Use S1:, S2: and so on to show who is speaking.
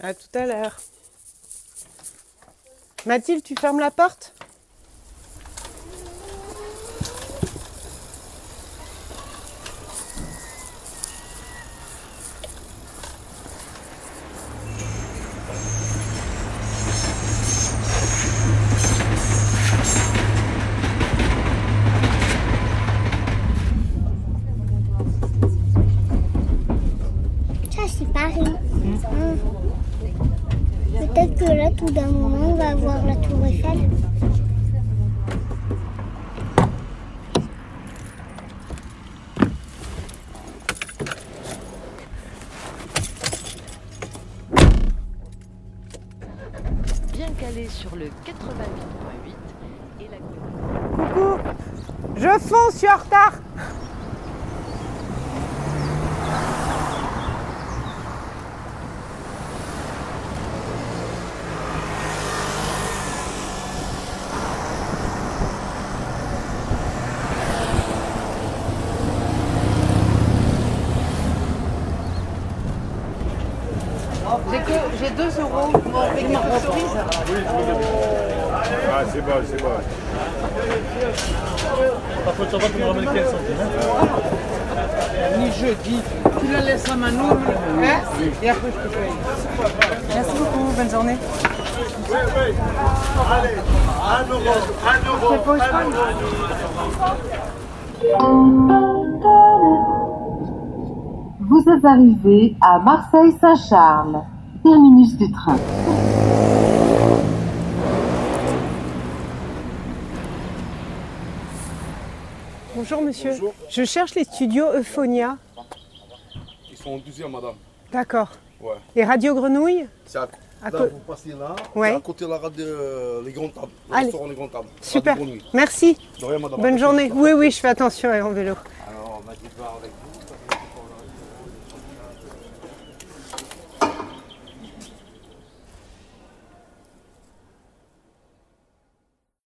S1: À tout à l'heure. Mathilde, tu fermes la porte
S2: Ça, c'est pareil. Hum. Peut-être que là, tout d'un moment, on va voir la tour Eiffel.
S3: bien calé sur le 88.8 et la
S1: Coucou Je fonce, je suis en retard J'ai que j'ai 2 euros pour venir reprise.
S4: Ah, c'est bon, c'est bon.
S5: Par contre, ça va, tu me ramènes quel centime hein
S6: ni jeudi. Tu la laisses à Manon et après je te paye.
S1: Merci beaucoup, bonne journée.
S4: Oui, oui. Allez, à nouveau, à nouveau, à nouveau.
S7: Vous êtes arrivé à Marseille-Saint-Charles, terminus du train.
S1: Bonjour monsieur.
S8: Bonjour.
S1: Je cherche les studios Euphonia.
S8: Ils sont en deuxième, madame.
S1: D'accord.
S8: Ouais.
S1: Et Radio Grenouille
S8: C'est à...
S1: À
S8: là,
S1: co-
S8: vous passez là.
S1: Ouais.
S8: C'est à côté de la radio, euh, les grands tables. Le
S1: Allez.
S8: restaurant Les Grands Tables.
S1: Super.
S8: Radio Grenouille.
S1: Merci.
S8: De rien, madame.
S1: Bonne journée. Oui, oui, je fais attention à mon vélo.
S8: Alors, on va aller voir avec vous.